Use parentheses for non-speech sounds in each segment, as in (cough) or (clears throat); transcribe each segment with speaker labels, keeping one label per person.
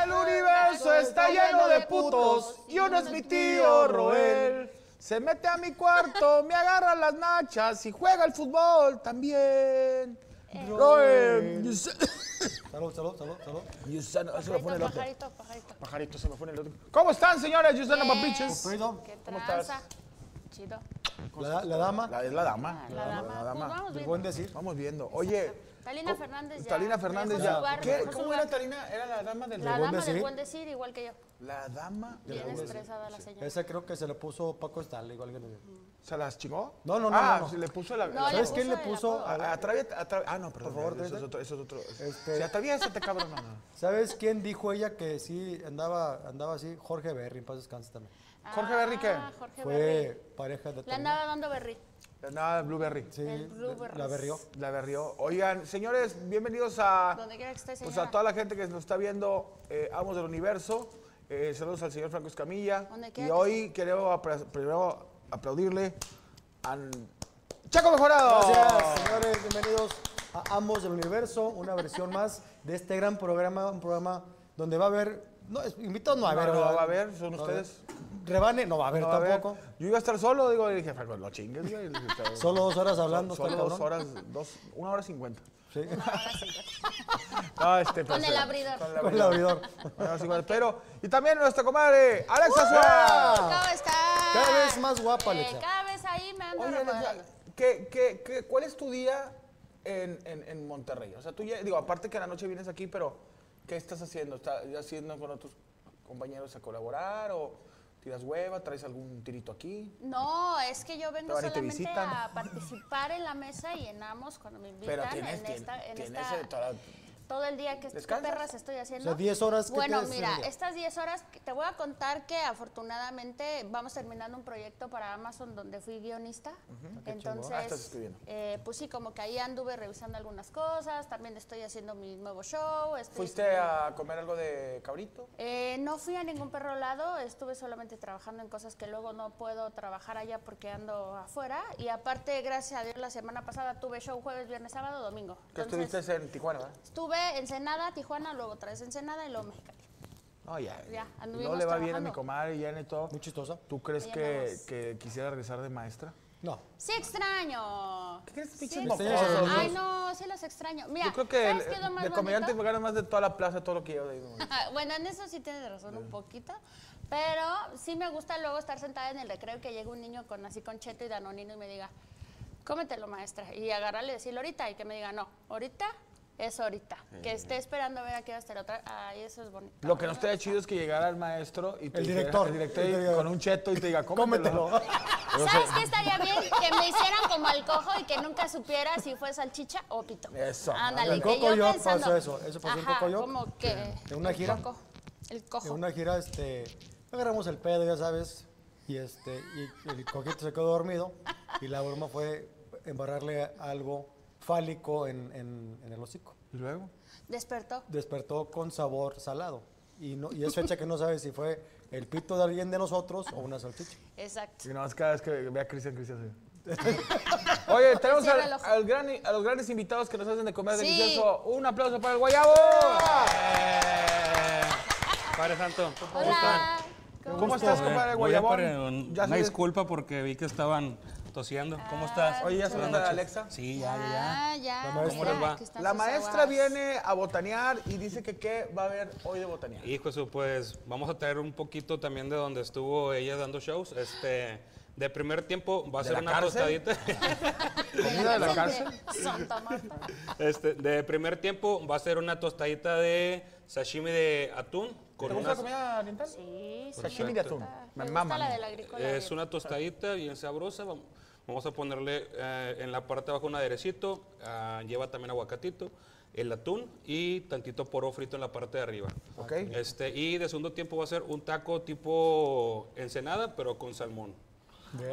Speaker 1: El universo está lleno de putos y uno es mi tío Roel. Se mete a mi cuarto, me agarra las nachas y juega al fútbol también. Roel. you sa-
Speaker 2: Salud, salud, salud, salud.
Speaker 1: you son- ah, se me fue en el
Speaker 3: Pajaritos,
Speaker 1: otro.
Speaker 3: pajaritos, pajaritos.
Speaker 1: Pajarito, Eh, se me fue en el otro. ¿Cómo están, señoras? You son about bitches.
Speaker 2: Freedom,
Speaker 3: ¿Qué
Speaker 1: ¿Cómo estás?
Speaker 3: tranza? Chido.
Speaker 2: la, la dama,
Speaker 1: La, es la dama.
Speaker 3: La dama. Pues vamos
Speaker 2: el
Speaker 3: bien.
Speaker 2: buen decir.
Speaker 1: Vamos viendo. Oye.
Speaker 3: Talina Fernández ya.
Speaker 1: Talina Fernández
Speaker 3: dejó
Speaker 1: ya.
Speaker 3: su barrio,
Speaker 1: ¿Qué?
Speaker 3: dejó su
Speaker 1: ¿Cómo era
Speaker 3: barrio.
Speaker 1: Talina? Era la dama del
Speaker 3: La
Speaker 1: dragón.
Speaker 3: dama
Speaker 2: decir?
Speaker 3: del buen decir, igual que yo.
Speaker 1: La dama. del
Speaker 3: Bien
Speaker 1: dragón.
Speaker 3: estresada la señora.
Speaker 2: Esa creo que se le puso Paco Stanley, igual que le dio.
Speaker 1: ¿Se las chingó?
Speaker 2: No, no, no,
Speaker 1: Ah,
Speaker 2: no, no.
Speaker 1: se le puso la.
Speaker 3: No,
Speaker 1: la-
Speaker 3: le
Speaker 2: ¿Sabes quién le
Speaker 3: puso el
Speaker 2: puso?
Speaker 3: apodo.
Speaker 1: A- a- atraviesa- atra- ah, no, perdón.
Speaker 2: Por favor,
Speaker 1: eso es
Speaker 2: atraviesa.
Speaker 1: otro. Eso es otro.
Speaker 2: Este-
Speaker 1: Si atraviésate, cabrón. No, no.
Speaker 2: ¿Sabes quién dijo ella que sí andaba, andaba así? Jorge Berry, en paz descanse también.
Speaker 1: Jorge Berry, ¿qué?
Speaker 3: Ah, Jorge Berry.
Speaker 2: Fue pareja de
Speaker 3: Le
Speaker 2: Talina.
Speaker 3: andaba dando Berry.
Speaker 1: La nada, Blueberry.
Speaker 2: Sí,
Speaker 3: el Blue
Speaker 2: la berrió.
Speaker 1: La berrió. Oigan, señores, bienvenidos a.
Speaker 3: Donde quiera que esté,
Speaker 1: Pues a
Speaker 3: señora.
Speaker 1: toda la gente que nos está viendo, eh, Amos del Universo. Eh, saludos al señor Franco Escamilla.
Speaker 3: Donde quiera
Speaker 1: Y
Speaker 3: que
Speaker 1: hoy quiero apla- primero aplaudirle al. ¡Chaco Mejorado!
Speaker 2: Gracias, señores, bienvenidos a Amos del Universo, una
Speaker 3: (laughs)
Speaker 2: versión más de este gran programa, un programa donde va a haber, no, es- invitados no va a
Speaker 1: No,
Speaker 2: haber.
Speaker 1: no
Speaker 2: ¿verdad?
Speaker 1: va a haber, son
Speaker 2: No va a haber.
Speaker 1: ustedes.
Speaker 2: Rebane, no va a haber
Speaker 1: No va a haber.
Speaker 2: tampoco.
Speaker 1: Yo iba a estar solo, digo, y dije, Franco, no chingues,
Speaker 2: (laughs)
Speaker 1: güey.
Speaker 2: Solo dos horas hablando,
Speaker 1: Son
Speaker 2: está
Speaker 1: dos
Speaker 2: cabrón.
Speaker 1: horas, dos, una hora cincuenta. (laughs)
Speaker 2: Sí.
Speaker 1: No, este,
Speaker 3: Con
Speaker 1: pues,
Speaker 3: el
Speaker 1: eh,
Speaker 3: abridor.
Speaker 1: Con el
Speaker 2: Con el
Speaker 1: abridor.
Speaker 2: abridor.
Speaker 1: Una hora cincuenta, Pero, y también nuestra comadre, Alexa Suárez.
Speaker 3: ¿Cómo está?
Speaker 2: Cada vez más guapa,
Speaker 3: Eh,
Speaker 2: Alexa.
Speaker 3: Cada vez ahí me ando
Speaker 1: Oye, Alexa,
Speaker 3: remodelando.
Speaker 1: ¿qué- qué- qué- cuál es tu día en, en- en Monterrey? O sea, tú ya, digo, aparte que en la noche vienes aquí, pero ¿qué estás haciendo? ¿Estás haciendo con otros compañeros a colaborar o tiras hueva, traes algún tirito aquí?
Speaker 3: No, es que yo vengo
Speaker 1: Ahora te
Speaker 3: solamente
Speaker 1: visitan.
Speaker 3: a participar en la mesa y en Amos cuando me invitan.
Speaker 1: Pero tienes,
Speaker 3: en
Speaker 1: tien-
Speaker 3: esta, en
Speaker 1: tienes
Speaker 3: esta-
Speaker 1: eh, toda-
Speaker 3: todo el día que que
Speaker 1: ¿Descansas?
Speaker 3: perras estoy haciendo.
Speaker 2: O sea, 10 horas, ¿qué
Speaker 3: Bueno,
Speaker 2: quieres
Speaker 3: mira,
Speaker 2: hacer?
Speaker 3: estas 10 horas que- te voy a contar que afortunadamente vamos terminando un proyecto para Amazon donde fui guionista. Entonces,
Speaker 1: Ah, estás escribiendo.
Speaker 3: eh, pues sí, como que ahí anduve revisando algunas cosas, también estoy haciendo mi nuevo show. estoy-
Speaker 1: ¿Fuiste a comer algo de cabrito?
Speaker 3: eh, no fui a ningún perro lado, estuve solamente trabajando en cosas que luego no puedo trabajar allá porque ando afuera. Y aparte, gracias a Dios, la semana pasada tuve show jueves, viernes, sábado, domingo.
Speaker 1: Que
Speaker 3: Entonces,
Speaker 1: estuviste en Tijuana, ¿verdad?
Speaker 3: Estuve Ensenada, Tijuana, luego otra vez Ensenada y luego Mexicali.
Speaker 1: No, ya.
Speaker 3: Ya,
Speaker 1: no
Speaker 3: anduvimos
Speaker 1: le va bien a
Speaker 3: trabajando.
Speaker 1: mi comadre, ya y todo.
Speaker 2: Muy chistosa.
Speaker 1: ¿Tú crees
Speaker 3: Ahí
Speaker 1: que,
Speaker 3: andamos.
Speaker 1: que quisiera regresar de maestra?
Speaker 2: No.
Speaker 3: Sí extraño.
Speaker 1: ¿Qué crees,
Speaker 3: Sí
Speaker 1: pinches
Speaker 3: extraño.
Speaker 2: mocosos, los
Speaker 3: Ay, no, sí los extraño. Mira,
Speaker 1: Yo creo que el-
Speaker 3: ¿sabes qué es lo más
Speaker 1: de comediantes me
Speaker 3: bonito?
Speaker 1: gana más de toda la plaza, todo lo que yo digo.
Speaker 3: (laughs) Ah, (laughs) Bueno, en eso sí tienes razón un poquito, pero sí me gusta luego estar sentada en el recreo y que llegue un niño con así con cheto y danonino y me diga, cómetelo maestra, y agarrarle y decirle ahorita, y que me diga, no, ahorita es ahorita, que esté esperando a ver a qué va a estar otra, ay, eso es bonito.
Speaker 1: Lo que no estaría chido es que llegara el maestro y te
Speaker 2: El
Speaker 1: dijera-
Speaker 2: director.
Speaker 1: el director
Speaker 2: El
Speaker 1: y-
Speaker 2: director.
Speaker 1: con un cheto y te diga, cómetelo.
Speaker 2: Cómetelo.
Speaker 1: (laughs)
Speaker 3: Ah, ¿Sabes qué estaría bien? Que me hicieran como al cojo y que nunca supiera si fue salchicha o pito.
Speaker 1: Eso.
Speaker 3: Ándale,
Speaker 2: En
Speaker 3: que
Speaker 2: Coco
Speaker 3: yo
Speaker 2: Yo
Speaker 3: pensando.
Speaker 2: pasó eso, eso pasó en
Speaker 3: Ajá,
Speaker 2: Coco Yo.
Speaker 3: como que...
Speaker 2: En una
Speaker 3: el
Speaker 2: gira.
Speaker 3: coco, el
Speaker 2: (laughs)
Speaker 3: cojo.
Speaker 2: En una gira, este, agarramos el pedo, ya sabes, y este, y el coquito se quedó dormido, y la broma fue embarrarle algo fálico en, en- en el hocico.
Speaker 1: ¿Y luego?
Speaker 3: Despertó.
Speaker 2: Despertó con sabor salado. Y, no, y es fecha que no sabes si fue el pito de alguien de nosotros o una salchicha.
Speaker 3: Exacto.
Speaker 1: Y nada más cada vez que vea a Cristian, Cristian se- (laughs) Oye, tenemos
Speaker 3: Cierra
Speaker 1: al-
Speaker 3: el ojo.
Speaker 1: al gran- a los grandes invitados que nos hacen de comer
Speaker 3: Sí.
Speaker 1: delicioso. Un aplauso para el guayabo.
Speaker 4: Padre Santo, ¿cómo
Speaker 3: Hola.
Speaker 4: están?
Speaker 3: ¿Cómo,
Speaker 1: ¿Cómo
Speaker 3: estás?
Speaker 1: estás,
Speaker 4: Eh,
Speaker 1: compadre
Speaker 4: muy bien,
Speaker 1: guayabón?
Speaker 4: padre, un-
Speaker 1: Ya
Speaker 4: una
Speaker 1: se-
Speaker 4: disculpa porque vi que estaban tosiendo. ¿Cómo estás?
Speaker 1: Ah, Oye, ¿ya se
Speaker 4: Buenas
Speaker 1: nota la
Speaker 4: noches.
Speaker 1: Alexa?
Speaker 4: Sí, ya, ya, ya.
Speaker 3: Ah, ya.
Speaker 2: maestra-
Speaker 4: ¿Cómo les va?
Speaker 3: que están
Speaker 1: La
Speaker 3: sus
Speaker 1: maestra
Speaker 3: aguas.
Speaker 1: viene a botanear y dice que qué va a haber hoy de botanear.
Speaker 4: Hijo eso, pues vamos a traer un poquito también de donde estuvo ella dando shows. Este, de primer tiempo va a
Speaker 1: ¿De la
Speaker 4: ser una
Speaker 1: cárcel?
Speaker 4: tostadita. (laughs)
Speaker 1: ¿Comida de la cárcel?
Speaker 3: Santa Marta.
Speaker 4: Este, de primer tiempo va a ser una tostadita de sashimi de atún
Speaker 1: ¿Te gusta
Speaker 4: con
Speaker 1: la
Speaker 4: unas-
Speaker 1: comida oriental?
Speaker 3: Sí, sí.
Speaker 1: Sashimi de atún. Me
Speaker 3: Me, gusta
Speaker 1: mama.
Speaker 3: la del agrícola.
Speaker 4: Es una tostadita bien sabrosa. Vam- Vamos a ponerle eh, en la parte de abajo un aderecito. ah, lleva también aguacatito, el atún y tantito poro frito en la parte de arriba.
Speaker 1: Ok.
Speaker 4: Este, y de segundo tiempo va a ser un taco tipo ensenada, pero con salmón.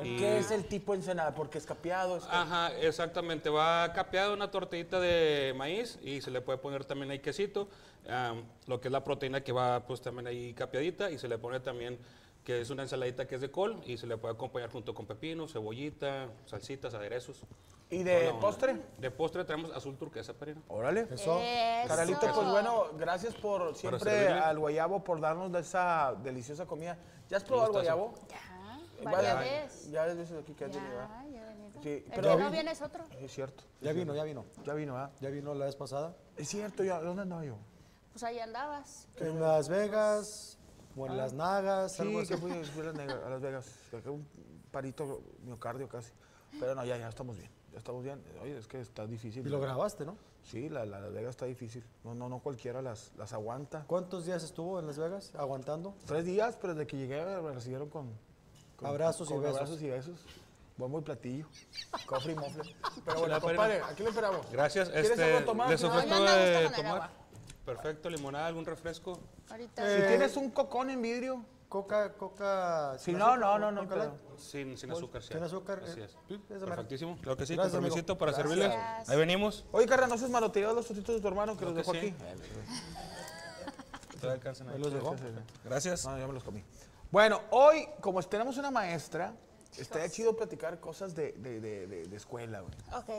Speaker 4: Y-
Speaker 1: ¿Qué es el tipo ensenada? Porque es capeado. es-
Speaker 4: Ajá, exactamente. Va capeado una tortillita de maíz y se le puede poner también ahí quesito, am, lo que es la proteína que va pues también ahí capeadita y se le pone también que es una ensaladita que es de col y se le puede acompañar junto con pepino, cebollita, salsitas, aderezos.
Speaker 1: ¿Y
Speaker 4: Toda la
Speaker 1: de
Speaker 4: onda.
Speaker 1: postre?
Speaker 4: De postre traemos azul turquesa, Perino.
Speaker 1: Órale.
Speaker 2: Eso.
Speaker 3: Eso.
Speaker 1: Caralito, pues bueno, gracias por siempre
Speaker 4: servirle.
Speaker 1: al guayabo, por darnos de esa deliciosa comida. ¿Ya has probado el
Speaker 4: gustazo.
Speaker 1: guayabo?
Speaker 3: Ya,
Speaker 1: Vaya-
Speaker 3: varias veces.
Speaker 1: Ya varias veces aquí que has
Speaker 3: Ya,
Speaker 1: venido, ¿verdad?
Speaker 3: ya he venido.
Speaker 1: Sí,
Speaker 3: El
Speaker 1: pero-
Speaker 3: que no viene es otro.
Speaker 1: Sí, Es cierto.
Speaker 2: Ya vino, ya vino.
Speaker 1: Ya vino, ¿verdad?
Speaker 2: Ya vino la vez pasada.
Speaker 1: Es cierto, ya. ¿Dónde andaba yo?
Speaker 3: Pues ahí andabas.
Speaker 2: En Las Vegas, o en Las Nagas,
Speaker 1: Sí,
Speaker 2: algo así.
Speaker 1: que fui, fui a, las Vegas, a Las Vegas. Saqué un parito miocardio casi. Pero no, ya, ya estamos bien. Ya estamos bien. Oye, es que está difícil.
Speaker 2: Y lo grabaste, ¿no?
Speaker 1: Sí, la, la Las Vegas está difícil. No, no, no cualquiera las, las aguanta.
Speaker 2: ¿Cuántos días estuvo en Las Vegas aguantando?
Speaker 1: Tres días, pero desde que llegué me recibieron con, con-
Speaker 2: Abrazos y
Speaker 1: con
Speaker 2: besos.
Speaker 1: Abrazos y besos. Bombo y platillo. Cofre y mofle. Pero
Speaker 4: Hola,
Speaker 1: bueno, compadre,
Speaker 4: padre.
Speaker 1: aquí le esperamos.
Speaker 4: Gracias.
Speaker 1: ¿Quieres
Speaker 4: Este,
Speaker 1: algo de tomar?
Speaker 4: les
Speaker 1: No,
Speaker 4: ofrezco
Speaker 3: yo ando a gusto
Speaker 4: de
Speaker 3: con el
Speaker 4: tomar.
Speaker 3: agua.
Speaker 4: Perfecto, limonada, algún refresco.
Speaker 3: Ahorita.
Speaker 1: Si tienes un cocón en vidrio.
Speaker 2: Coca, coca.
Speaker 1: Sí,
Speaker 2: sin
Speaker 1: no,
Speaker 2: azúcar,
Speaker 1: no, no, no,
Speaker 2: coca
Speaker 1: pero-
Speaker 2: light.
Speaker 4: Sin, sin azúcar, sí.
Speaker 2: Sin azúcar,
Speaker 4: Así
Speaker 2: eh,
Speaker 4: es.
Speaker 2: sí, es de marca.
Speaker 4: Perfectísimo. Claro que sí,
Speaker 2: Gracias, amigo.
Speaker 4: compromisito para servirles.
Speaker 3: Gracias.
Speaker 4: Ahí venimos.
Speaker 1: Oye, carnal, no seas maloteado los sutitos de tu hermano que los
Speaker 4: Creo
Speaker 1: dejó
Speaker 4: que sí.
Speaker 1: aquí.
Speaker 4: Todavía alcanzan ahí.
Speaker 2: Ahí los dejó.
Speaker 4: Gracias. eh.
Speaker 1: No, ya me los comí. Bueno, hoy, como es- tenemos una maestra, estaría chido platicar cosas de, de- de- de- de escuela, güey.
Speaker 3: Ok.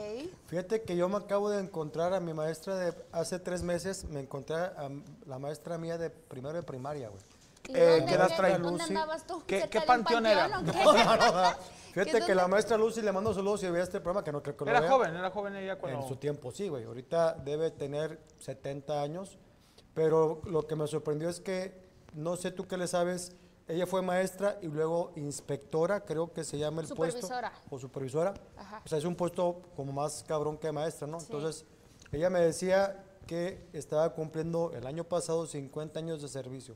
Speaker 2: Fíjate que yo me acabo de encontrar a mi maestra de hace tres meses, me encontré a la maestra mía de primero de primaria, güey.
Speaker 3: ¿Y
Speaker 1: Eh,
Speaker 3: dónde-
Speaker 1: ¿qué las trae
Speaker 3: dónde
Speaker 1: Lucy?
Speaker 3: andabas tú?
Speaker 1: ¿Qué-
Speaker 3: ¿Cerca
Speaker 1: qué
Speaker 3: de un
Speaker 1: panteón era?
Speaker 3: panteón o qué?
Speaker 2: Ah,
Speaker 1: (laughs)
Speaker 2: Fíjate
Speaker 3: ¿Qué
Speaker 2: que la
Speaker 3: dónde-
Speaker 2: maestra Lucy le mando saludos y ve este programa que no creo que lo
Speaker 1: Era
Speaker 2: vea.
Speaker 1: joven, era joven ella cuando...
Speaker 2: En su tiempo, sí, güey. Ahorita debe tener 70 años. Pero lo que me sorprendió es que, no sé tú qué le sabes, ella fue maestra y luego inspectora, creo que se llama el
Speaker 3: Supervisora.
Speaker 2: puesto. O supervisora.
Speaker 3: Ajá.
Speaker 2: O sea, es un puesto como más cabrón que maestra, ¿no? Entonces, ella me decía que estaba cumpliendo el año pasado 50 años de servicio.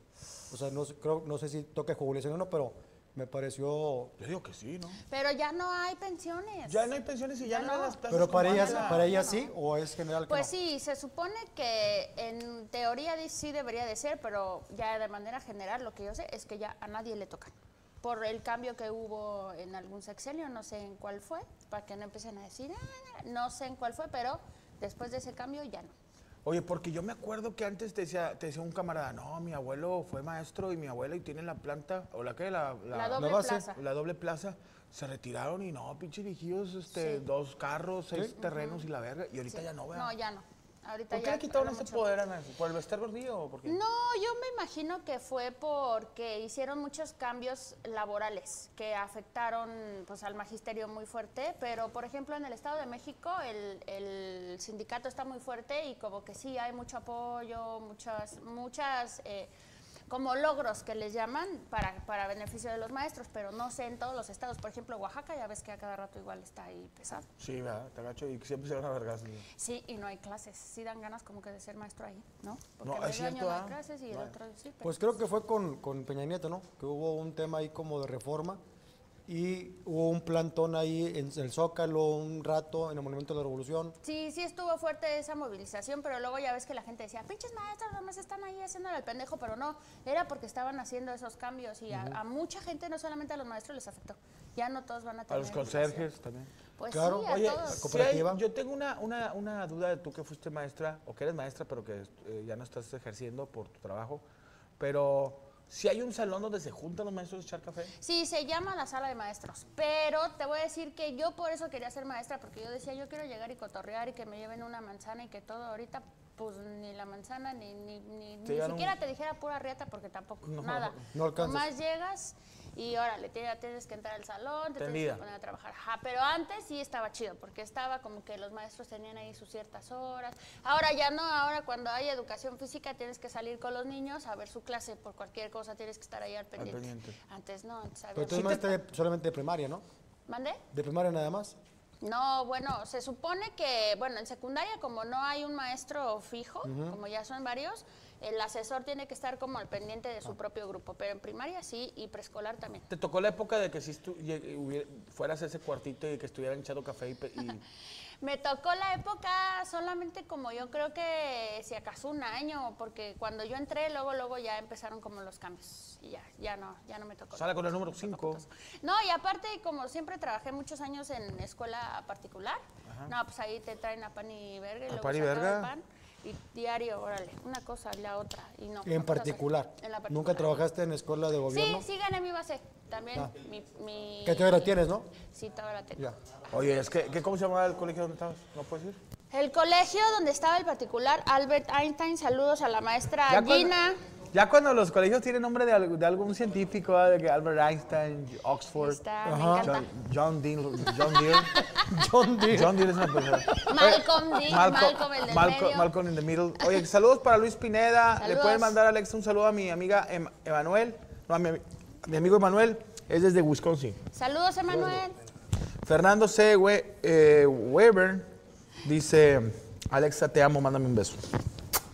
Speaker 2: O sea, no, sé- creo, no sé si toca jubilación o no, pero me pareció...
Speaker 1: Yo digo que sí, ¿no?
Speaker 3: Pero ya no hay pensiones.
Speaker 1: Ya no hay pensiones y ya,
Speaker 3: Ya
Speaker 1: no hay
Speaker 3: no.
Speaker 1: las plazas.
Speaker 2: Pero para
Speaker 1: como
Speaker 2: ella,
Speaker 1: antes.
Speaker 2: para ella sí, o es general que
Speaker 3: Pues
Speaker 2: no?
Speaker 3: sí, se supone que en teoría de- sí debería de ser, pero ya de manera general lo que yo sé es que ya a nadie le tocan. Por el cambio que hubo en algún sexenio, no sé en cuál fue, para que no empiecen a decir, "Ah, no sé en cuál fue, pero después de ese cambio ya no.
Speaker 1: Oye, porque yo me acuerdo que antes te decía, te decía un camarada, no, mi abuelo fue maestro y mi abuelo y tiene la planta, o la que, la,
Speaker 3: La doble
Speaker 2: base.
Speaker 3: plaza.
Speaker 1: la doble plaza, se retiraron y no, pinche dirigidos, este, dos carros, seis terrenos y la verga, y ahorita ya no, ¿verdad?
Speaker 3: No, ya no. Ahorita
Speaker 1: ¿Por qué
Speaker 3: ya
Speaker 1: le quitaron
Speaker 3: no
Speaker 1: ese
Speaker 3: mucho.
Speaker 1: poder a Nancy? ¿Por el Vester Gordillo o por qué?
Speaker 3: No, yo me imagino que fue porque hicieron muchos cambios laborales que afectaron pues, al magisterio muy fuerte, pero por ejemplo en el Estado de México el, el sindicato está muy fuerte y como que sí hay mucho apoyo, muchas, muchas eh, como logros que les llaman para, para beneficio de los maestros, pero no sé en todos los estados. Por ejemplo, Oaxaca ya ves que a cada rato igual está ahí pesado.
Speaker 1: Sí, ¿verdad? Te agacho y siempre se van a vergas.
Speaker 3: Sí, y no hay clases. Sí dan ganas como que de ser maestro ahí, ¿no?
Speaker 1: No,
Speaker 3: medio
Speaker 1: es
Speaker 3: año
Speaker 1: cierto,
Speaker 3: no hay
Speaker 1: ¿ah?
Speaker 3: clases y el
Speaker 1: No hay.
Speaker 3: otro sí. pero-
Speaker 2: Pues creo que fue con, con Peña Nieto, ¿no? Que hubo un tema ahí como de reforma y hubo un plantón ahí en el Zócalo un rato en el Monumento de la Revolución.
Speaker 3: Sí, sí estuvo fuerte esa movilización, pero luego ya ves que la gente decía, pinches maestros, nomás están ahí haciéndole al pendejo, pero no, era porque estaban haciendo esos cambios y a, a mucha gente, no solamente a los maestros, les afectó. Ya no todos van a
Speaker 1: A
Speaker 3: tener.
Speaker 1: los conserjes también.
Speaker 3: Pues
Speaker 2: Claro.
Speaker 3: sí, a
Speaker 1: Oye,
Speaker 2: la
Speaker 3: todos.
Speaker 2: co- cooperativa.
Speaker 1: sí hay- yo tengo una, una, una duda de tú que fuiste maestra, o que eres maestra, pero que eh, ya no estás ejerciendo por tu trabajo. Pero si hay un salón donde se juntan los maestros a echar café.
Speaker 3: Sí, se llama la sala de maestros, pero te voy a decir que yo por eso quería ser maestra, porque yo decía, yo quiero llegar y cotorrear y que me lleven una manzana y que todo ahorita, pues ni la manzana, ni, ni, ni, ni
Speaker 1: llevan
Speaker 3: siquiera
Speaker 1: un-
Speaker 3: te dijera pura riata, porque tampoco,
Speaker 1: No,
Speaker 3: nada.
Speaker 2: no alcanzas.
Speaker 3: Nomás llegas y órale, te- ya tienes que entrar al salón, te tienes
Speaker 1: Tendida.
Speaker 3: que poner a trabajar. Ajá, pero antes sí estaba chido, porque estaba como que los maestros tenían ahí sus ciertas horas. Ahora ya no, ahora cuando hay educación física tienes que salir con los niños a ver su clase, por cualquier cosa tienes que estar ahí al pendiente.
Speaker 1: pendiente.
Speaker 3: Antes no, antes
Speaker 2: Pero
Speaker 3: había...
Speaker 2: tú eres maestra de- solamente de primaria, ¿no?
Speaker 3: ¿Mandé?
Speaker 2: De primaria nada más.
Speaker 3: No, bueno, se supone que, bueno, en secundaria como no hay un maestro fijo, como ya son varios, el asesor tiene que estar como al pendiente de su propio grupo, pero en primaria sí y preescolar también.
Speaker 1: ¿Te tocó la época de que si estu- lle- hubiera- fueras a ese cuartito y que estuvieran echando café y, pe- y-
Speaker 3: (laughs) Me tocó la época solamente como yo creo que si acaso un año, porque cuando yo entré, luego, luego ya empezaron como los cambios y ya, ya no, ya no me tocó.
Speaker 1: Sala con el número cinco.
Speaker 3: No, y aparte, como siempre trabajé muchos años en escuela particular, no, pues ahí te traen a pan y verga y
Speaker 1: ¿A
Speaker 3: luego
Speaker 1: pan y
Speaker 3: se acaba
Speaker 1: verga?
Speaker 3: el pan. Y diario, órale, una cosa y la otra. Y no,
Speaker 2: En
Speaker 3: no pasa.
Speaker 2: particular.
Speaker 3: Ah, En la
Speaker 2: ¿Nunca
Speaker 3: particular.
Speaker 2: trabajaste en escuela de gobierno?
Speaker 3: Sí, sí gané mi base. También
Speaker 2: Ah.
Speaker 3: mi, mi-
Speaker 2: Que todavía la tienes, ¿no?
Speaker 3: Sí, todavía la tengo.
Speaker 2: Ya. (laughs)
Speaker 1: Oye, es que, ¿qué- ¿cómo se llamaba el colegio donde estabas? ¿No puedes ir?
Speaker 3: El colegio donde estaba el particular, Albert Einstein, saludos a la maestra
Speaker 1: Ya cuando-
Speaker 3: Gina.
Speaker 1: ya cuando los colegios tienen nombre de, al- de algún científico, ¿verdad? de que Albert Einstein, Oxford,
Speaker 3: Está,
Speaker 2: Ajá.
Speaker 3: me encanta.
Speaker 1: John, John Deere, John
Speaker 3: (laughs)
Speaker 1: Deere,
Speaker 2: John Deere.
Speaker 1: John Deere es una persona.
Speaker 3: Malcolm Deere,
Speaker 1: Malco-
Speaker 3: Malcolm el del
Speaker 1: Malco-
Speaker 3: medio.
Speaker 1: Malcolm in the middle. Oye, saludos para Luis Pineda. Le
Speaker 3: Saludos.
Speaker 1: pueden mandar a Alexa un saludo a mi amiga Em- Emanuel. No, a mi, ami- a mi amigo Emanuel es desde Wisconsin.
Speaker 3: Saludos, Emanuel.
Speaker 1: Fernando C. We- eh, Weber dice, Alexa, te amo, mándame un beso.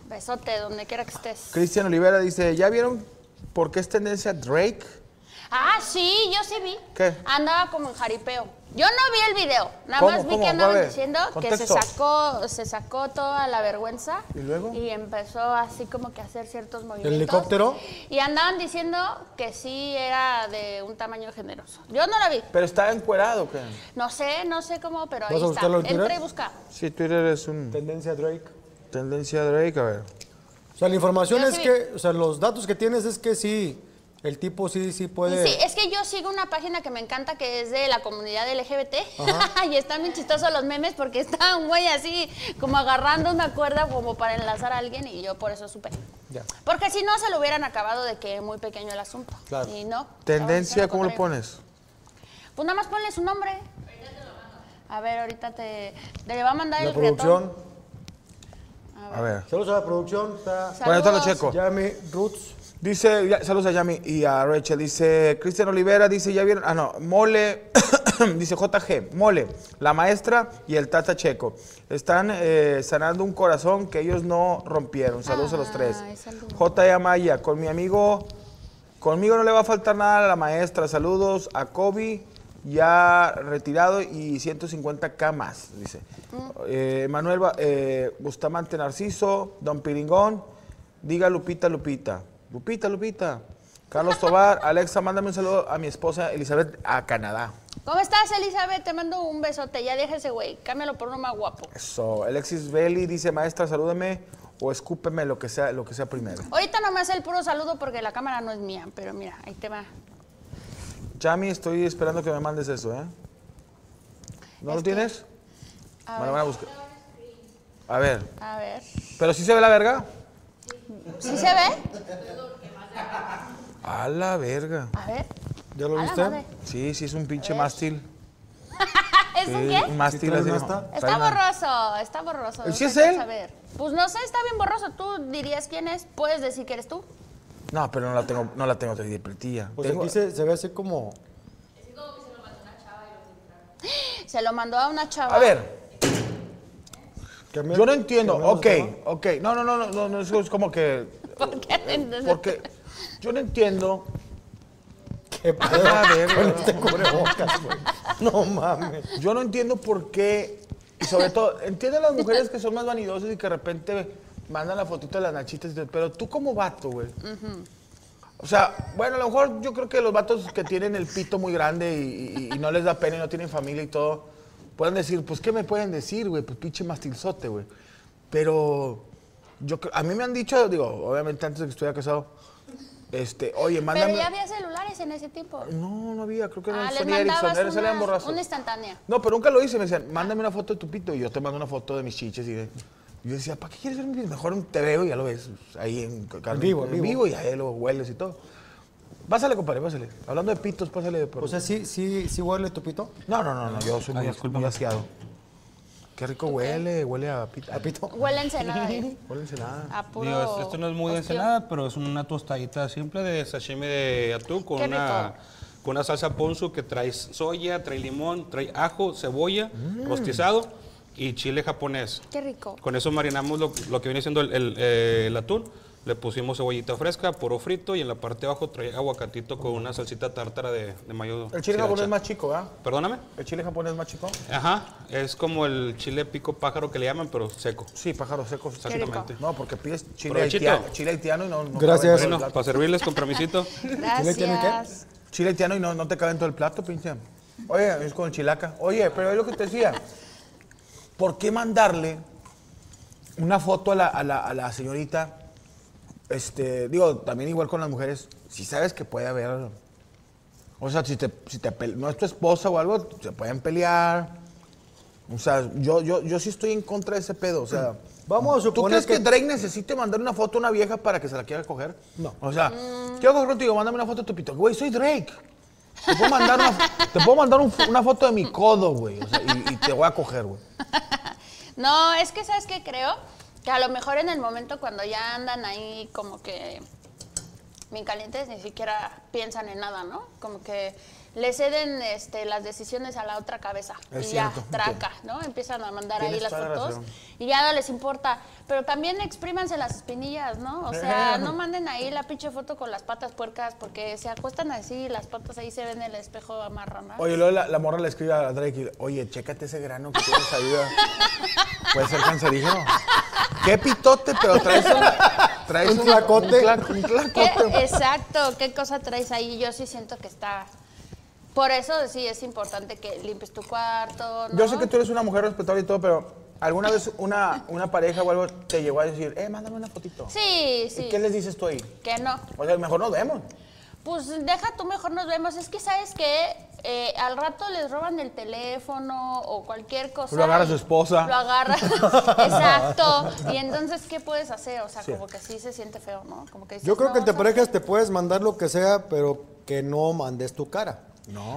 Speaker 3: Besote, donde quiera que estés.
Speaker 1: Cristian Olivera dice, ¿ya vieron por qué es tendencia Drake?
Speaker 3: Ah, sí, yo sí vi.
Speaker 1: ¿Qué?
Speaker 3: Andaba como en jaripeo. Yo no vi el video, nada
Speaker 1: ¿Cómo,
Speaker 3: más vi
Speaker 1: cómo?
Speaker 3: que
Speaker 1: A
Speaker 3: andaban
Speaker 1: ver,
Speaker 3: diciendo que se
Speaker 1: contexto.
Speaker 3: sacó, se sacó toda la vergüenza.
Speaker 1: ¿Y luego?
Speaker 3: Y empezó así como que a hacer ciertos movimientos.
Speaker 2: helicóptero?
Speaker 3: Y andaban diciendo que sí era de un tamaño generoso. Yo no la vi.
Speaker 1: Pero está encuerado, ¿o ¿qué?
Speaker 3: No sé, no sé cómo, pero ahí
Speaker 2: ¿Vas a
Speaker 3: está.
Speaker 2: buscarlo en Twitter?
Speaker 3: Entra y busca.
Speaker 1: Sí, Twitter es un
Speaker 2: (laughs) Tendencia Drake.
Speaker 1: tendencia Drake, a ver.
Speaker 2: O sea, la información
Speaker 3: Yo
Speaker 2: es
Speaker 3: sí vi.
Speaker 2: que, o sea, los datos que tienes es que sí, el tipo sí, sí puede.
Speaker 3: Y sí, es que yo sigo una página que me encanta que es de la comunidad LGBT (laughs) y están bien chistosos los memes porque está un güey así como agarrando una cuerda como para enlazar a alguien y yo por eso supe.
Speaker 1: Ya.
Speaker 3: Porque si no se lo hubieran acabado de que muy pequeño el asunto.
Speaker 2: Claro.
Speaker 3: Y no.
Speaker 1: Tendencia,
Speaker 3: ahora
Speaker 1: ¿cómo lo
Speaker 3: contrario.
Speaker 1: pones?
Speaker 3: Pues nada más ponle su nombre. A ver, ahorita te, te va a mandar
Speaker 2: La
Speaker 3: el riatón.
Speaker 2: producción.
Speaker 1: A ver.
Speaker 2: Saludos a la producción. Está
Speaker 1: Bueno, ahorita lo
Speaker 3: Saludos.
Speaker 1: checo.
Speaker 2: Yami Roots.
Speaker 1: Dice, ya- saludos a Yami y a Rachel. Dice, Cristian Olivera, dice, ya vieron, ah, no, Mole, (coughs) dice JG, Mole, la maestra y el Tata Checo. Están eh, sanando un corazón que ellos no rompieron. Saludos a los tres.
Speaker 3: Ay, saludos.
Speaker 1: J. E Amaya, con mi amigo, conmigo no le va a faltar nada a la maestra. Saludos a Kobe, ya retirado y 150 camas, dice. Eh, Manuel Ba- eh, Bustamante Narciso, Don Piringón, diga Lupita, Lupita. Lupita, Lupita. Carlos Tobar, Alexa, mándame un saludo a mi esposa Elizabeth a Canadá.
Speaker 3: ¿Cómo estás, Elizabeth? Te mando un besote. Ya deja ese güey. Cámbialo por uno más guapo.
Speaker 1: Eso. Alexis Belli dice, maestra, salúdeme o escúpeme lo que sea, lo que sea primero.
Speaker 3: Ahorita nomás el puro saludo porque la cámara no es mía, pero mira, ahí te va.
Speaker 1: Yami, estoy esperando que me mandes eso, ¿eh? ¿No lo
Speaker 3: Es que-
Speaker 1: tienes?
Speaker 3: A
Speaker 1: Me lo
Speaker 3: ver,
Speaker 1: van a buscar. A ver,
Speaker 3: a ver.
Speaker 1: ¿pero sí se ve la verga?
Speaker 3: ¿Sí se ve?
Speaker 1: A la verga.
Speaker 3: A ver.
Speaker 2: ¿Ya lo
Speaker 3: A la
Speaker 2: viste?
Speaker 3: madre. Eh,
Speaker 1: Sí, sí, es un pinche mástil.
Speaker 3: ¿Es un
Speaker 1: Sí,
Speaker 3: qué?
Speaker 1: Un mástil
Speaker 2: ¿Sí traes
Speaker 1: así.
Speaker 2: una
Speaker 1: ¿no?
Speaker 2: esta?
Speaker 1: Trae
Speaker 3: Está
Speaker 1: una-
Speaker 3: borroso, está borroso.
Speaker 1: ¿Sí es él?
Speaker 3: A ver. Pues no sé, está bien borroso. Tú dirías quién es, puedes decir que eres tú.
Speaker 1: No, pero no la tengo, no la tengo 3D pretilla.
Speaker 2: Pues aquí se, se ve así como.
Speaker 3: Se lo mandó a una chava.
Speaker 1: A ver,
Speaker 2: que me-
Speaker 1: yo no entiendo.
Speaker 2: cambiamos
Speaker 1: Ok,
Speaker 2: de tema.
Speaker 1: ok. No, no, no, no, no, no, eso es como
Speaker 3: (laughs)
Speaker 1: que...
Speaker 3: (laughs) ¿Por qué?
Speaker 1: eh, Porque yo no entiendo.
Speaker 3: (laughs)
Speaker 2: ¿Qué pedo?
Speaker 1: A ver,
Speaker 2: Con este cubrebocas, güey. (laughs) No mames.
Speaker 1: Yo no entiendo por qué, y sobre todo, entiendo a las mujeres que son más vanidosas y que de repente mandan la fotito de las nachitas, y todo, pero tú como vato, güey. O sea, bueno, a lo mejor yo creo que los vatos que tienen el pito muy grande y, y- y no les da pena y no tienen familia y todo, pueden decir, pues, ¿qué me pueden decir, güey? Pues, pinche mastilzote, güey. Pero yo, cre- a mí me han dicho, digo, obviamente antes de que estuviera casado, Este, oye, mándame.
Speaker 3: Pero ya había celulares en ese tiempo.
Speaker 1: No, no había, creo que
Speaker 3: Ah,
Speaker 1: era
Speaker 3: les
Speaker 1: Sony Ericsson,
Speaker 3: mandabas
Speaker 1: era ese era
Speaker 3: unas-
Speaker 1: borrazo.
Speaker 3: una instantánea.
Speaker 1: No, pero nunca lo hice, me decían, mándame una foto de tu pito y yo te mando una foto de mis chiches y de... Yo decía, ¿para qué quieres ver mi pito? Mejor te veo y ya lo ves ahí en,
Speaker 2: En vivo, en vivo.
Speaker 1: y ahí lo hueles y todo. Pásale, compadre, pásale. Hablando de pitos, pásale por...
Speaker 2: O sea, sí, sí, sí huele tu pito.
Speaker 1: no, no, no, no, yo soy muy, muy aseado. Qué rico huele, huele a pito. A pito.
Speaker 3: Huele a
Speaker 1: (laughs)
Speaker 3: ensenada. eh.
Speaker 1: Huele a ensenada.
Speaker 3: A puro
Speaker 4: Digo, es- esto no es muy de
Speaker 3: ostión.
Speaker 4: ensalada, pero es una tostadita simple de sashimi de atún con
Speaker 3: Qué rico.
Speaker 4: una, con una salsa ponzu que trae soya, trae limón, trae ajo, cebolla,
Speaker 1: Mm.
Speaker 4: rostizado y chile japonés.
Speaker 3: Qué rico.
Speaker 4: Con eso marinamos lo, lo que viene siendo el, el, eh, el atún. Le pusimos cebollita fresca, poro frito y en la parte de abajo trae aguacatito con una salsita tártara de, de mayo.
Speaker 1: El chile
Speaker 4: sriracha.
Speaker 1: japonés es más chico, ¿ah?
Speaker 4: Perdóname.
Speaker 1: ¿El chile japonés es más chico?
Speaker 4: Ajá, es como el chile pico pájaro que le llaman, pero seco.
Speaker 1: Sí, pájaro seco.
Speaker 4: Exactamente.
Speaker 1: No, porque pides chile
Speaker 4: Provechito.
Speaker 1: haitiano, chile haitiano y no... no
Speaker 2: Gracias.
Speaker 1: cabe en
Speaker 4: Bueno,
Speaker 1: todo el plato.
Speaker 4: para servirles con permisito.
Speaker 2: le tiene qué?
Speaker 3: Gracias.
Speaker 1: Chile haitiano y no, no te cabe en todo el plato, pinche. Oye, es con chilaca. Oye, pero es lo que te decía. ¿Por qué mandarle una foto a la, a la- a la señorita? Este, digo, también igual con las mujeres, si sabes que puede haber. O sea, si te, si te pel- no es tu esposa o algo, se pueden pelear. O sea, yo, yo, yo sí estoy en contra de ese pedo. O sea,
Speaker 2: (clears throat) Vamos a
Speaker 1: ¿Tú
Speaker 2: suponer
Speaker 1: crees que,
Speaker 2: que-
Speaker 1: Drake necesite mandar una foto a una vieja para que se la quiera coger?
Speaker 2: No.
Speaker 1: O sea, quiero coger contigo, mándame una foto de tu pito. Güey, soy Drake. Te puedo mandar una, te puedo mandar un fo- una foto de mi codo, güey. O sea, y, y te voy a coger, güey.
Speaker 3: No, es que sabes que creo que a lo mejor en el momento cuando ya andan ahí como que bien calientes ni siquiera piensan en nada, ¿no? Como que le ceden este, las decisiones a la otra cabeza.
Speaker 1: Es
Speaker 3: y
Speaker 1: cierto, ok.
Speaker 3: ya, traca, ¿no? Empiezan a mandar ahí
Speaker 1: Tienes
Speaker 3: las
Speaker 1: toda la
Speaker 3: fotos
Speaker 1: razón.
Speaker 3: y ya no les importa. Pero también exprímanse las espinillas, ¿no?
Speaker 1: (laughs)
Speaker 3: O sea, no manden ahí la pinche foto con las patas puercas porque se acuestan así y las patas ahí se ven en el espejo amarradas.
Speaker 1: Oye, luego la, la morra le escribe a Drake y oye, chécate ese grano que tienes ahí. güey. Puede ser cancerígeno. Qué pitote, pero traes, una- traes
Speaker 2: Un
Speaker 1: una-
Speaker 2: tlacote.
Speaker 1: Un, cla- un
Speaker 3: ¿Qué-
Speaker 1: tlacote.
Speaker 3: exacto, ¿qué cosa traes ahí? Yo sí siento que está. Por eso sí es importante que limpies tu cuarto. ¿no?
Speaker 1: Yo sé que tú eres una mujer respetable y todo, pero ¿alguna vez una, una pareja o algo te llegó a decir, eh, mándame una fotito?
Speaker 3: Sí,
Speaker 1: ¿Y
Speaker 3: sí.
Speaker 1: qué les dices tú ahí?
Speaker 3: Que no.
Speaker 1: O sea, mejor nos vemos. (laughs)
Speaker 3: Pues deja tú, mejor nos vemos. Es que sabes que al rato les roban el teléfono o cualquier cosa.
Speaker 1: Lo agarra su
Speaker 3: y-
Speaker 1: esposa.
Speaker 3: Lo
Speaker 1: (laughs)
Speaker 3: agarra. exacto. Y entonces, ¿qué puedes hacer? O sea, como que sí se siente feo, ¿no? Como que dices,
Speaker 2: Yo creo que
Speaker 3: "No,
Speaker 2: entre
Speaker 3: ¿sabes qué?
Speaker 2: parejas te puedes mandar lo que sea, pero que no mandes tu cara.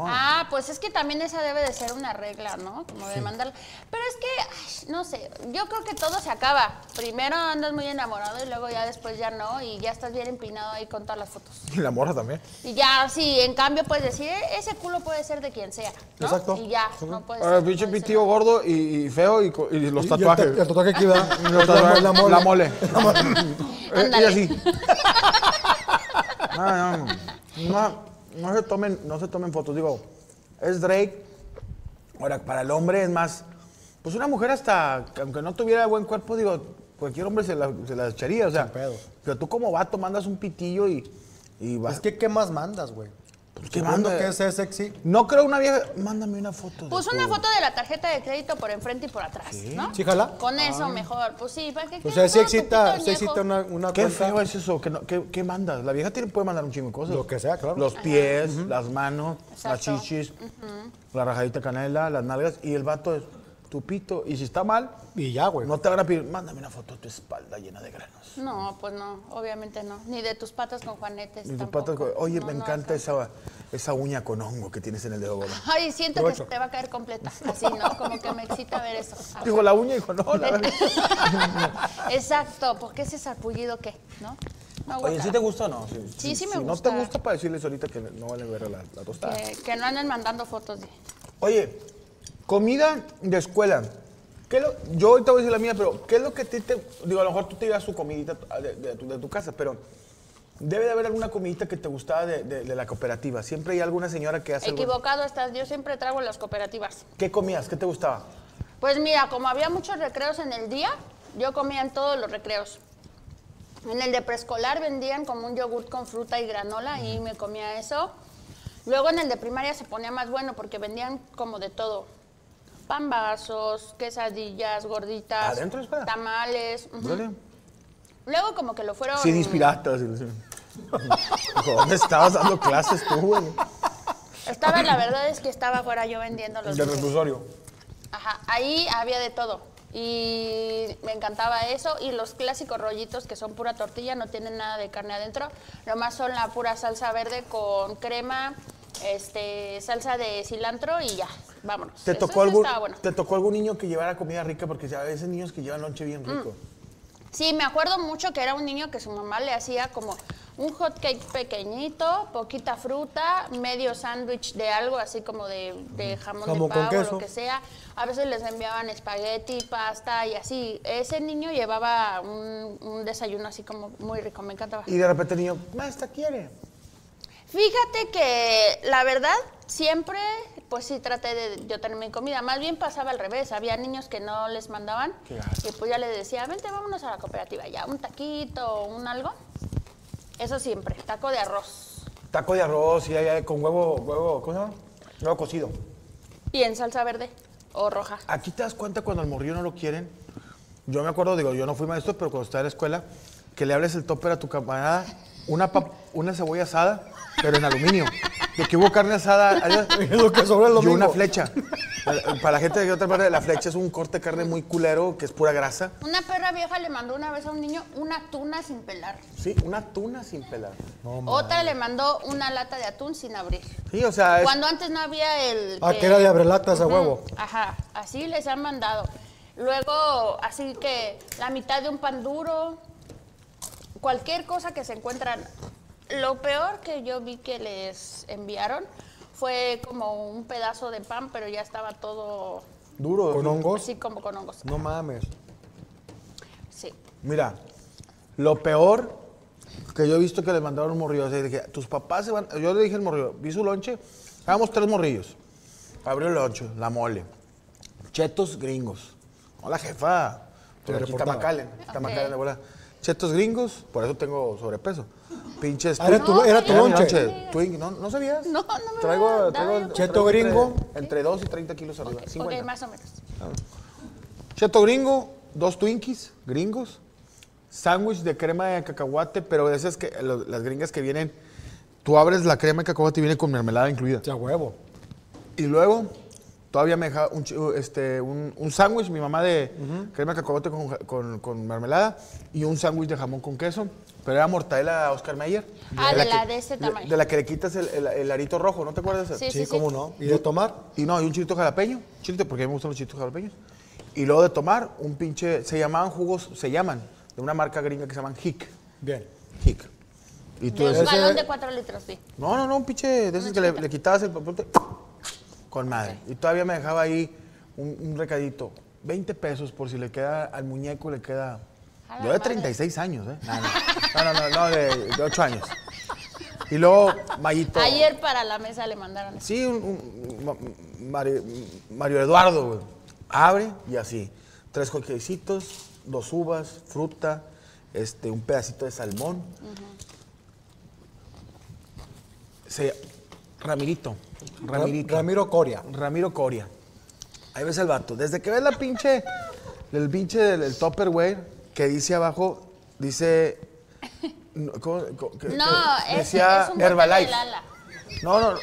Speaker 3: Ah, pues es que también esa debe de ser una regla, ¿no? Como de mandar. Pero es que, ay, no sé, yo creo que todo se acaba. Primero andas muy enamorado y luego ya después ya no y ya estás bien empinado ahí con todas las fotos.
Speaker 1: Y la morra también.
Speaker 3: Y ya, sí, en cambio puedes decir, "E- ese culo puede ser de quien sea, ¿no?
Speaker 2: Exacto.
Speaker 3: Y ya, no puede
Speaker 1: Ahora,
Speaker 3: ser.
Speaker 1: pinche
Speaker 3: Pues, puede ser.
Speaker 1: pitillo gordo y, y feo y, co- y los
Speaker 2: Y- y el ta-
Speaker 1: tatuajes.
Speaker 2: El tatuaje aquí va.
Speaker 1: (laughs) Los tatuajes, la mole.
Speaker 3: (laughs)
Speaker 1: Eh, y
Speaker 3: Ándale.
Speaker 1: así. No, no, no, no se tomen, no se tomen fotos. Digo, es Drake. Ahora, para el hombre es más. Pues una mujer hasta, que aunque no tuviera buen cuerpo, digo, cualquier hombre se la, se la echaría. O sea,
Speaker 2: Sin pedo.
Speaker 1: pero tú como vato mandas un pitillo y, y vas.
Speaker 2: Es que, ¿qué más mandas, güey?
Speaker 1: Pues, ¿qué
Speaker 2: Suponiendo
Speaker 1: manda?
Speaker 2: que sea sexy.
Speaker 1: No creo una vieja. Mándame una foto. de
Speaker 3: Pues
Speaker 1: tu-
Speaker 3: una foto de la tarjeta de crédito por enfrente y por atrás, ¿no?
Speaker 2: ¿Sí, jala?
Speaker 3: Con eso mejor. Pues sí, ¿para qué
Speaker 2: O
Speaker 3: quieres
Speaker 2: sea, sí
Speaker 3: todo tu pito
Speaker 2: excita, sí
Speaker 3: añejo?
Speaker 2: excita una, una
Speaker 1: Qué
Speaker 2: cuenta.
Speaker 1: feo es eso. ¿Qué, no- qué- qué mandas? La vieja tiene, puede mandar un chingo de cosas.
Speaker 2: Lo que sea, claro.
Speaker 1: Los pies, las manos, las
Speaker 3: Exacto.
Speaker 1: chichis, la rajadita canela, las nalgas. Y el vato es tupito. Y si está mal,
Speaker 2: Y ya, güey.
Speaker 1: no te van a pedir, mándame una foto de tu espalda llena de granos.
Speaker 3: No, pues no, obviamente no. Ni de tus patas con juanetes.
Speaker 1: Y tus
Speaker 3: tampoco.
Speaker 1: patas, oye,
Speaker 3: No,
Speaker 1: me
Speaker 3: no,
Speaker 1: encanta esa, esa uña con hongo que tienes en el dedo gordo.
Speaker 3: Ay, siento que se te va a caer completa. Así, ¿no? Como que me excita ver eso. Ah.
Speaker 1: Dijo la uña, dijo, no, la
Speaker 3: (laughs)
Speaker 1: verdad.
Speaker 3: Exacto, porque ese sarpullido qué, ¿no? No,
Speaker 1: Oye,
Speaker 3: guácala.
Speaker 1: ¿sí te gusta o no? Sí,
Speaker 3: Sí, sí me
Speaker 1: Si no
Speaker 3: gusta.
Speaker 1: te gusta, para decirles ahorita que no vale ver la, la tostada.
Speaker 3: que, que no anden mandando fotos de.
Speaker 1: Oye, comida de escuela. ¿Qué es lo- yo ahorita voy a decir la mía, pero ¿qué es lo que a ti te... Digo, a lo mejor tú te ibas tu comidita de, de tu, de tu casa, pero debe de haber alguna comidita que te gustaba de, de- de la cooperativa. Siempre hay alguna señora que hace... algo-
Speaker 3: Equivocado estás, yo siempre trago las cooperativas.
Speaker 1: ¿Qué comías? ¿Qué te gustaba?
Speaker 3: Pues mira, como había muchos recreos en el día, yo comía en todos los recreos. En el de preescolar vendían como un yogurt con fruta y granola y me comía eso. Luego en el de primaria se ponía más bueno porque vendían como de todo. Pambazos, quesadillas, gorditas,
Speaker 1: ¿Adentro de la escuela?
Speaker 3: tamales. ujú. Oh,
Speaker 1: Órale.
Speaker 3: Luego como que lo fueron...
Speaker 1: CDs piratas. y los- ¿Dónde estabas dando clases tú, güey?
Speaker 3: Estaba, la verdad es que estaba fuera yo vendiendo los
Speaker 1: Del
Speaker 3: dulces.
Speaker 1: reclusorio.
Speaker 3: Ajá, ahí había de todo. Y me encantaba eso. Y los clásicos rollitos que son pura tortilla, no tienen nada de carne adentro. Nomás son la pura salsa verde con crema, este, salsa de cilantro y ya. Vámonos.
Speaker 1: ¿Te
Speaker 3: Eso
Speaker 1: tocó,
Speaker 3: sí
Speaker 1: algún,
Speaker 3: estaba bueno.
Speaker 1: ¿Te tocó algún niño que llevara comida rica? Porque a veces niños que llevan lonche bien rico.
Speaker 3: Mm. Sí, me acuerdo mucho que era un niño que su mamá le hacía como un hot cake pequeñito, poquita fruta, medio sándwich de algo así como de, de jamón,
Speaker 2: Mm, Jamón
Speaker 3: de
Speaker 2: con
Speaker 3: pavo,
Speaker 2: queso.
Speaker 3: lo que sea. A veces les enviaban espagueti, pasta y así. Ese niño llevaba un, un desayuno así como muy rico, me encantaba.
Speaker 1: Y de repente el niño, maestra, ¿quiere?
Speaker 3: Fíjate que la verdad siempre, pues sí traté de yo tener mi comida. Más bien pasaba al revés. Había niños que no les mandaban
Speaker 1: Qué gacho.
Speaker 3: y pues ya les decía, vente, vámonos a la cooperativa ya, un taquito, un algo. Eso siempre, taco de arroz
Speaker 1: Taco de arroz y allá con huevo, huevo, ¿cómo se llama? Huevo cocido.
Speaker 3: y en salsa verde o roja.
Speaker 1: Aquí te das cuenta cuando al morrillo no lo quieren. Yo me acuerdo, digo, yo no fui maestro, pero cuando estaba en la escuela, que le hables el topper a tu camarada, una, pap- una cebolla asada, pero en aluminio. De que hubo carne asada, allá-
Speaker 2: (laughs) Es lo que sobra el
Speaker 1: y
Speaker 2: domingo.
Speaker 1: una flecha. Para la gente de otra parte, la flecha es un corte de carne muy culero, que es pura grasa.
Speaker 3: Una perra vieja le mandó una vez a un niño una tuna sin pelar.
Speaker 1: Sí, una tuna sin pelar.
Speaker 3: Otra le mandó una lata de atún sin abrir.
Speaker 1: Sí, o sea, es-
Speaker 3: Cuando antes no había el...
Speaker 2: Ah, que era de abrelatas a huevo.
Speaker 3: Ajá, así les han mandado. Luego, así que la mitad de un pan duro, cualquier cosa que se encuentran. Lo peor que yo vi que les enviaron fue como un pedazo de pan, pero ya estaba todo
Speaker 1: duro.
Speaker 2: Con hongos.
Speaker 3: así como con hongos.
Speaker 2: No mames.
Speaker 3: Sí.
Speaker 1: Mira, lo peor que yo he visto que le mandaron un morrillo. O sea, dije, tus papás se van. Yo le dije al morrillo, vi su lonche, estábamos tres morrillos. Abrió el lonche, la mole. Chetos gringos. Hola, jefa. Por
Speaker 2: Te
Speaker 1: aquí
Speaker 2: reportaba.
Speaker 1: Tamacalen. Tamacalen, abuela. Chetos gringos, por eso tengo sobrepeso. Pinches.
Speaker 2: Ah, era tu- era tu
Speaker 1: Era mi
Speaker 2: lonche.
Speaker 1: Twink, ¿no, ¿no sabías?
Speaker 3: No, no me
Speaker 1: Traigo,
Speaker 3: había
Speaker 1: traigo,
Speaker 3: dado yo
Speaker 1: traigo
Speaker 2: Cheto gringo.
Speaker 1: Entre, entre 2 y 30 kilos arriba.
Speaker 3: Ok,
Speaker 1: 50.
Speaker 3: ok, más o menos.
Speaker 1: Cheto gringo, dos Twinkies gringos, sándwich de crema de cacahuate, pero de esas que lo- las gringas que vienen, tú abres la crema de cacahuate y viene con mermelada incluida.
Speaker 2: Ya huevo.
Speaker 1: Y luego todavía me dejaba un, chu- este, un, un sándwich, mi mamá de crema de cacahuate con, ja- con- con mermelada y un sándwich de jamón con queso, pero era mortadela Oscar Mayer.
Speaker 3: Ah, de la
Speaker 1: que-
Speaker 3: de ese tamaño.
Speaker 1: De la que le quitas el, el- el arito rojo, ¿no te acuerdas de esa?
Speaker 3: Sí,
Speaker 2: Sí,
Speaker 3: sí, sí.
Speaker 2: cómo no. ¿Y de tomar?
Speaker 1: Y no, y un chilito jalapeño. Chilito, porque a mí me gustan los chilitos jalapeños. Y luego de tomar, un pinche. Se llamaban jugos, se llaman, de una marca gringa que se llaman Hick.
Speaker 2: Bien.
Speaker 1: Hick. Y tú
Speaker 3: De un
Speaker 1: decías,
Speaker 3: galón de cuatro litros, sí.
Speaker 1: no, no, no, un pinche de esos que le, le quitabas el papel. te- Con madre. Y todavía me dejaba ahí un, un recadito. 20 pesos por si le queda al muñeco, le queda.
Speaker 3: A la
Speaker 1: Yo de
Speaker 3: madre.
Speaker 1: 36 años, ¿eh? No, no, no, no, no, de, de 8 años. Y luego, Mayito.
Speaker 3: Ayer para la mesa le mandaron eso.
Speaker 1: Sí, un, un- ma- Mari- Mario, Eduardo, güey. Abre y así. Tres coquecitos, dos uvas, fruta, este, un pedacito de salmón. Se- Ramirito.
Speaker 2: Ra-
Speaker 1: Ramirito.
Speaker 2: Ramiro Coria.
Speaker 1: Ramiro Coria. Ahí ves el vato. Desde que ves la pinche, el pinche del el Tupperware que dice abajo,
Speaker 3: (laughs)
Speaker 1: dice. no, ¿cómo- cómo- qué-
Speaker 3: No,
Speaker 1: qué?
Speaker 3: es-
Speaker 1: decía
Speaker 3: es un bote
Speaker 1: Herbalife.
Speaker 3: de Lala.
Speaker 1: No, no.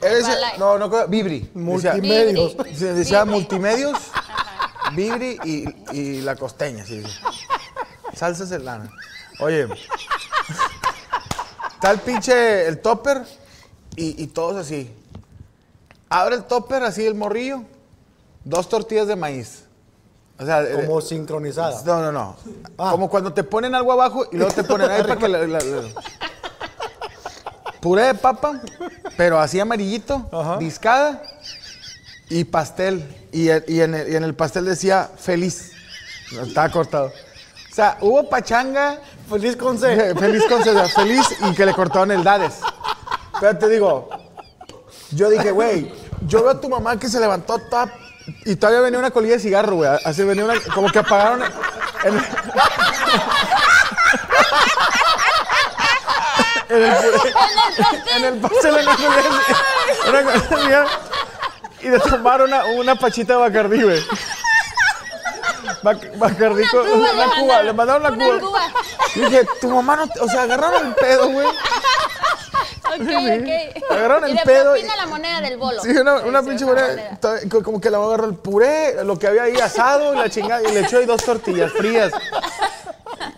Speaker 1: Eres,
Speaker 3: Herbalife.
Speaker 1: no, no, creo- Vibri.
Speaker 2: Multimedios.
Speaker 1: Decía- se decía
Speaker 3: Vibri.
Speaker 1: multimedios, Vibri y, y la costeña, sí. sí. Salsas en lana. Oye, está el pinche, el topper y, y todos así. Abre el topper, así el morrillo, dos tortillas de maíz. O sea, eh,
Speaker 2: Como sincronizada.
Speaker 1: no, no, no.
Speaker 2: Ah.
Speaker 1: Como cuando te ponen algo abajo y luego te ponen ahí para que la- la- la- Puré de papa, pero así amarillito,
Speaker 2: Ajá.
Speaker 1: discada y pastel. Y, e- y en el, y en el pastel decía feliz. No, Estaba cortado. O sea, hubo pachanga,
Speaker 2: Feliz con C.
Speaker 1: (laughs) feliz con C, o sea, feliz y que le cortaron el dades. Pero te digo, yo dije, güey, yo veo a tu mamá que se levantó top y todavía venía una colilla de cigarro, güey. Así venía una, como que apagaron. En, en el, en el pastel, en el pastel, una colilla de cigarro, y le tomaron una, una pachita de Bacardí, güey. Bac- Bacardí
Speaker 3: Una
Speaker 1: con-
Speaker 3: cuba le
Speaker 1: una cuba,
Speaker 3: mandaron,
Speaker 1: le mandaron la
Speaker 3: una
Speaker 1: cuba.
Speaker 3: cuba.
Speaker 1: Dije, tu mamá no, te- o sea, agarraron el pedo, güey.
Speaker 3: Ok, ok.
Speaker 1: Agarraron
Speaker 3: Y
Speaker 1: el
Speaker 3: de
Speaker 1: pedo
Speaker 3: propina
Speaker 1: y-
Speaker 3: la moneda del bolo.
Speaker 1: Sí, una, una
Speaker 3: Sí,
Speaker 1: pinche moneda. todavía co- Como que la agarró el puré, lo que había ahí asado y la chingada. Y le echó ahí dos tortillas frías.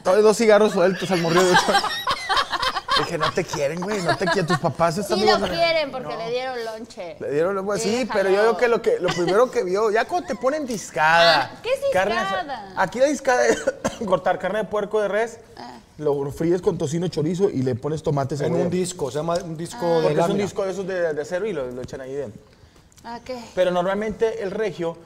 Speaker 1: Todavía dos cigarros sueltos al morrillo. Dije, no te quieren, güey, no te quieren. Tus papás están
Speaker 3: Sí
Speaker 1: bien
Speaker 3: lo
Speaker 1: agarrados".
Speaker 3: quieren porque le dieron lonche.
Speaker 1: Le dieron lo
Speaker 3: Sí,
Speaker 1: Sí,
Speaker 3: jalado.
Speaker 1: pero yo veo que lo, que lo primero que vio, ya cuando te ponen discada.
Speaker 3: Ah, ¿qué es
Speaker 1: carne asa-
Speaker 3: discada? Ah.
Speaker 1: aquí la discada es (coughs) cortar carne de puerco de res, lo fríes con tocino chorizo y le pones tomates
Speaker 2: En un
Speaker 1: disco.
Speaker 2: disco, se llama un disco de
Speaker 1: Porque Ah, es un
Speaker 2: lámina.
Speaker 1: disco de esos de, de acero y lo, lo echan ahí dentro.
Speaker 3: Ok.
Speaker 1: Pero normalmente el regio,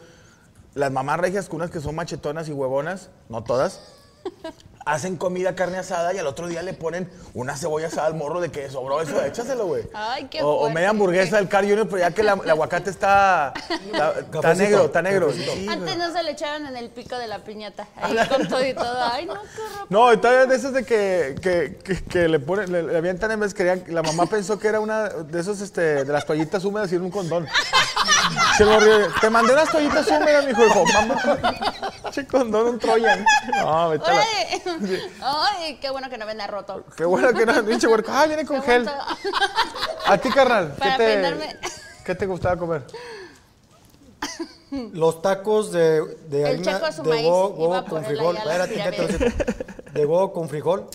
Speaker 1: las mamás regias, cunas que son machetonas y huevonas, no todas,
Speaker 2: (laughs)
Speaker 1: hacen comida carne asada y al otro día le ponen una cebolla asada al morro de que sobró eso, échaselo, güey.
Speaker 3: Ay, qué
Speaker 1: o, o
Speaker 3: fuerte.
Speaker 1: media hamburguesa del Car Junior, pero ya que la- el aguacate está, está- está
Speaker 2: Cafecito,
Speaker 1: negro, está negro. Sí, güey.
Speaker 3: Antes no se le echaban en el pico de la piñata. Ahí con todo y todo. Ay, no, qué
Speaker 1: (laughs)
Speaker 3: horror.
Speaker 1: No, y todavía de esas de que, que, que- que le ponen, le, le avientan en vez querían, la mamá pensó que era una de esos este, de las toallitas húmedas y era un condón. Se me olvidó. Te mandé unas toallitas húmedas, mi hijo. Dijo, mamá, che condón, un Troyan. No, vete a la-
Speaker 3: Órale. Ay, qué bueno que no venga roto.
Speaker 1: Qué bueno que no, pinche huerco. Ah, viene
Speaker 3: Qué
Speaker 1: con gel.
Speaker 3: bonito.
Speaker 1: A ti, carnal, ¿qué
Speaker 3: Para
Speaker 1: te,
Speaker 3: peinarme.
Speaker 1: ¿qué te gustaba comer?
Speaker 2: Los tacos de, de
Speaker 3: El
Speaker 2: harina
Speaker 3: Chaco a su
Speaker 2: de
Speaker 3: maíz
Speaker 2: huevo,
Speaker 3: iba
Speaker 2: huevo
Speaker 3: a
Speaker 2: con
Speaker 3: ponerla
Speaker 2: frijol.
Speaker 3: ya la
Speaker 2: Espérate, cállate los hijos. De huevo con frijol,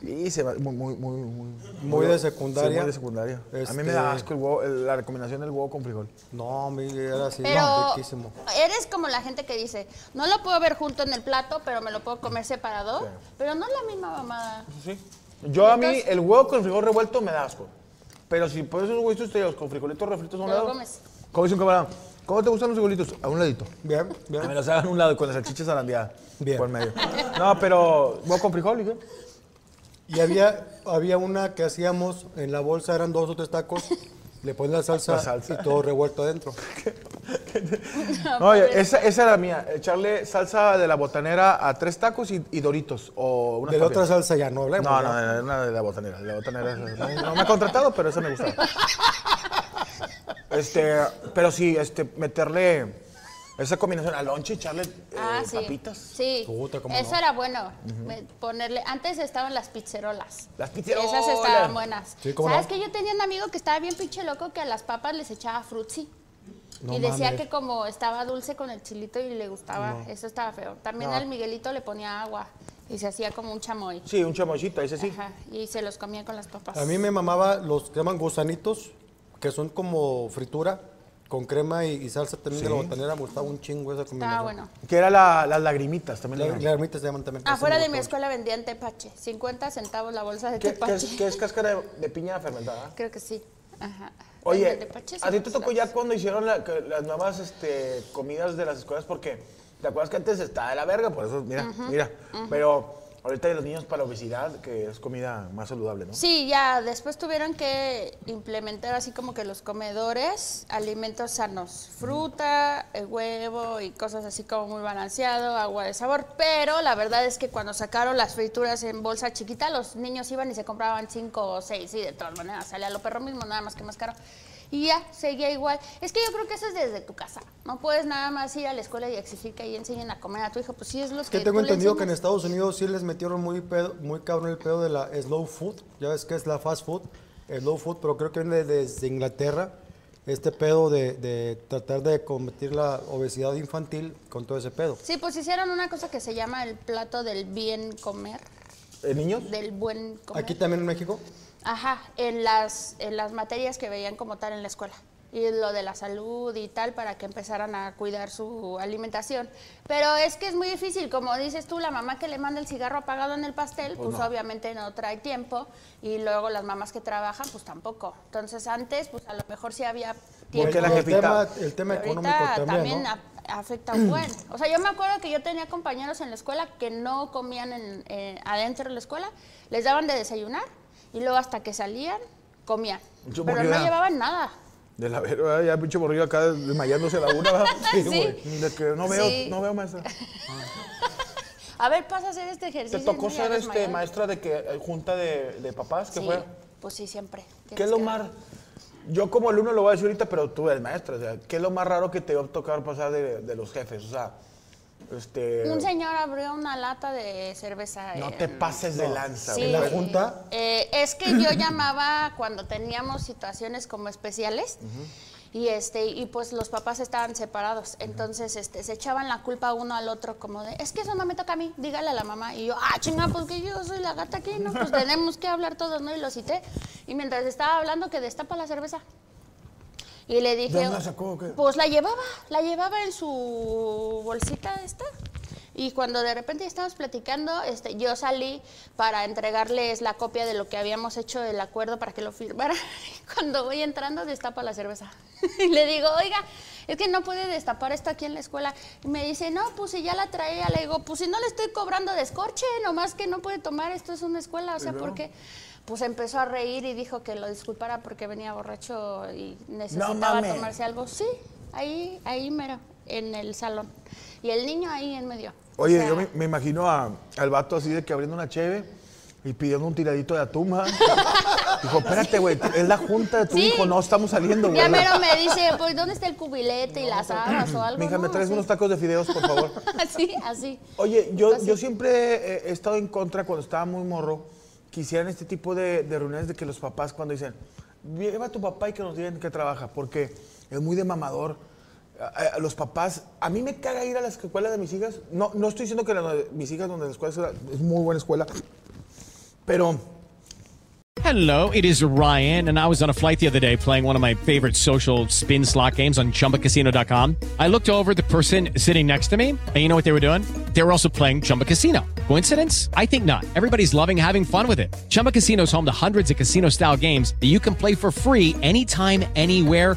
Speaker 1: Y se va muy, muy, muy, muy,
Speaker 2: muy de secundaria.
Speaker 1: Sí, muy de secundaria. A mí me
Speaker 2: Este,
Speaker 1: da asco el huevo, el- la recomendación del huevo con frijol.
Speaker 2: No, a mí era así,
Speaker 3: (laughs) Pero
Speaker 2: riquísimo.
Speaker 3: eres como la gente que dice, no lo puedo ver junto en el plato, pero me lo puedo comer separado. Pero no es la misma mamada.
Speaker 1: Yo a mí, el huevo con frijol revuelto me da asco. Pero si pones unos huevitos ustedes con frijolitos refritos a un
Speaker 3: Te lo
Speaker 1: lado.
Speaker 3: comes.
Speaker 1: Como dice un camarada, ¿cómo te gustan los frijolitos? A un ladito.
Speaker 2: Bien, bien.
Speaker 1: Que me los hagan a un lado y con las salchichas arandeadas.
Speaker 2: Bien.
Speaker 1: Por medio. No, pero huevo con frijol, dije.
Speaker 2: Y había, había una que hacíamos en la bolsa, eran dos o tres tacos, le pones la salsa,
Speaker 1: La salsa.
Speaker 2: y todo revuelto adentro.
Speaker 1: No, oye, esa, esa era la mía. Echarle salsa de la botanera a tres tacos y, y doritos. O una
Speaker 2: De la otra salsa ya no hablemos.
Speaker 1: No,
Speaker 2: ¿no?
Speaker 1: no, era una de la botanera. de La botanera no, no me ha contratado, pero esa me
Speaker 2: (laughs)
Speaker 1: gustaba. Este, pero sí, este, meterle esa combinación al lonche, echarle eh,
Speaker 3: Ah, sí.
Speaker 1: papitas.
Speaker 3: Sí.
Speaker 2: Puta, cómo
Speaker 3: Eso
Speaker 2: no.
Speaker 3: era bueno. me- Ponerle. Antes estaban las pizzerolas.
Speaker 1: Las pizzerolas.
Speaker 3: Esas estaban buenas.
Speaker 2: Sí, cómo
Speaker 3: ¿Sabes
Speaker 2: no.
Speaker 3: que yo tenía un amigo que estaba bien pinche loco que a las papas les echaba frutzi?
Speaker 2: No
Speaker 3: y decía
Speaker 2: mames.
Speaker 3: que como estaba dulce con el chilito y le gustaba, eso estaba feo. También al Miguelito le ponía agua y se hacía como un chamoy.
Speaker 1: Sí, un chamoyito, ese sí.
Speaker 3: Ajá, y se los comía con las papas.
Speaker 2: A mí me mamaba los que llaman gusanitos, que son como fritura, con crema y, y salsa también de la botanera. Me gustaba un chingo esa combinación.
Speaker 3: Estaba bueno.
Speaker 1: Que era la- las lagrimitas también.
Speaker 2: La,
Speaker 1: le
Speaker 2: la
Speaker 1: llaman.
Speaker 2: ermita se llaman también. esa me
Speaker 3: Afuera de mi
Speaker 2: gustaba.
Speaker 3: escuela vendían tepache. 50 centavos la bolsa de
Speaker 1: ¿Qué, qué
Speaker 3: tepache.
Speaker 1: es, qué es cáscara de, de piña fermentada?
Speaker 3: (laughs) Creo que sí. Ajá.
Speaker 1: Oye,
Speaker 3: Venden tepache,
Speaker 1: a ti te
Speaker 3: sí,
Speaker 1: tocó
Speaker 3: claro.
Speaker 1: ya cuando hicieron la- que- las nuevas este, comidas de las escuelas, porque te acuerdas que antes estaba de la verga, por eso, mira, mira. Pero ahorita hay los niños para obesidad, que es comida más saludable, ¿no?
Speaker 3: Sí, ya después tuvieron que implementar así como que los comedores, alimentos sanos, fruta, eh, huevo y cosas así como muy balanceado, agua de sabor. Pero la verdad es que cuando sacaron las frituras en bolsa chiquita, los niños iban y se compraban cinco o seis y de todas maneras salía lo perro mismo, nada más que más caro. Y ya, seguía igual. Es que yo creo que eso es desde tu casa. No puedes nada más ir a la escuela y exigir que ahí enseñen a comer a tu hijo. Pues sí, es lo
Speaker 2: Es
Speaker 3: que
Speaker 2: que tengo
Speaker 3: tú le
Speaker 2: entendido que en
Speaker 3: enseñas.
Speaker 2: Estados Unidos sí les metieron muy, pedo- muy cabrón el pedo de la slow food. Ya ves que es la fast food, slow food, pero creo que viene desde Inglaterra. Este pedo de, de tratar de combatir la obesidad infantil con todo ese pedo.
Speaker 3: Sí, pues hicieron una cosa que se llama el plato del bien comer,
Speaker 1: ¿Eh, niños?
Speaker 3: del buen comer.
Speaker 2: Aquí también en México.
Speaker 3: Ajá, en las, en las materias que veían como tal en la escuela. Y lo de la salud y tal, para que empezaran a cuidar su alimentación. Pero es que es muy difícil, como dices tú, la mamá que le manda el cigarro apagado en el pastel, pues, obviamente no trae tiempo. Y luego las mamás que trabajan, pues tampoco. Entonces antes, pues a lo mejor sí había tiempo.
Speaker 1: Porque la
Speaker 2: el tema,
Speaker 1: jefita-
Speaker 2: el tema
Speaker 3: Pero
Speaker 2: económico
Speaker 3: ahorita
Speaker 2: también, ¿no?
Speaker 3: a- afecta un buen. O sea, yo me acuerdo que yo tenía compañeros en la escuela que no comían en- eh, adentro de la escuela, les daban de desayunar y luego hasta que salían comían,
Speaker 1: Mucho
Speaker 3: pero no
Speaker 1: morirá.
Speaker 3: llevaban nada.
Speaker 1: De la verga, ya pinche borrillo acá desmayándose a la una, ¿verdad?
Speaker 3: (laughs) Sí.
Speaker 1: güey. De que no veo,
Speaker 3: Sí.
Speaker 1: no veo maestra.
Speaker 3: A ver, pasa a hacer este
Speaker 1: ¿Te
Speaker 3: ejercicio.
Speaker 1: tocó
Speaker 3: ¿no? Ya
Speaker 1: ser
Speaker 3: eres
Speaker 1: este,
Speaker 3: mayor.
Speaker 1: maestra de que eh, junta de, de papás? ¿Qué
Speaker 3: Sí,
Speaker 1: fue?
Speaker 3: pues sí, siempre.
Speaker 1: ¿Qué
Speaker 3: Tienes
Speaker 1: es lo
Speaker 3: que-
Speaker 1: más...? Yo como alumno lo voy a decir ahorita, pero tú eres maestra. O sea, ¿qué es lo más raro que te va a tocar pasar de, de los jefes? O sea, Este,
Speaker 3: Un señor abrió una lata de cerveza.
Speaker 1: No
Speaker 3: en-
Speaker 1: te pases de lanza,
Speaker 3: Sí.
Speaker 1: güey.
Speaker 2: ¿La junta?
Speaker 3: Eh, es que yo llamaba cuando teníamos situaciones como especiales. Y este, y pues los papás estaban separados. Entonces, este, se echaban la culpa uno al otro, como de, es que eso no me toca a mí, dígale a la mamá. Y yo, ah, chinga, pues que yo soy la gata aquí, ¿no? Pues tenemos que hablar todos, ¿no? Y lo cité. Y mientras estaba hablando que destapa la cerveza. Y le dije,
Speaker 1: ¿De dónde la sacó o qué?
Speaker 3: pues la llevaba, la llevaba en su bolsita esta. Y cuando de repente estábamos platicando, este, yo salí para entregarles la copia de lo que habíamos hecho del acuerdo para que lo firmara. (laughs) Y Cuando voy entrando, destapa la cerveza. (laughs) Y le digo, oiga, es que no puede destapar esto aquí en la escuela. Y me dice, no, pues si ya la traía. Le digo, pues si no le estoy cobrando descorche, nomás que no puede tomar, esto es una escuela. O sea, ¿por qué? Pues empezó a reír y dijo que lo disculpara porque venía borracho y necesitaba
Speaker 1: mames.
Speaker 3: tomarse algo. Sí, ahí, ahí mero, en el salón. Y el niño ahí en medio. O
Speaker 1: Oye,
Speaker 3: sea,
Speaker 1: yo me, me imagino a- al vato así de que abriendo una cheve y pidiendo un tiradito de atún,
Speaker 3: (laughs)
Speaker 1: ¿ah? Dijo, espérate, güey, es la junta de tu
Speaker 3: Sí.
Speaker 1: hijo, no estamos saliendo, güey.
Speaker 3: Ya mero me dice, pues, ¿dónde está el cubilete y las habas o algo?
Speaker 1: Mija, me
Speaker 3: ¿no?
Speaker 1: traes
Speaker 3: Así.
Speaker 1: unos tacos de fideos, por favor.
Speaker 3: (laughs) Así, así.
Speaker 1: Oye, yo,
Speaker 3: Así.
Speaker 1: yo siempre eh, he estado en contra cuando estaba muy morro que hicieran este tipo de, de reuniones de que los papás cuando dicen, lleva a tu papá y que nos digan que trabaja, porque es muy de mamador. A- a- a los papás, a mí me caga ir a las escuelas de mis hijas. No, no estoy diciendo que la- mis hijas donde la escuela es- es muy buena escuela, pero
Speaker 5: Hello, it is Ryan, and I was on a flight the other day playing one of my favorite social spin slot games on chumbacasino.com. I looked over at the person sitting next to me, and you know what they were doing? They were also playing Chumba Casino. Coincidence? I think not. Everybody's loving having fun with it. Chumba Casino is home to hundreds of casino style games that you can play for free anytime, anywhere,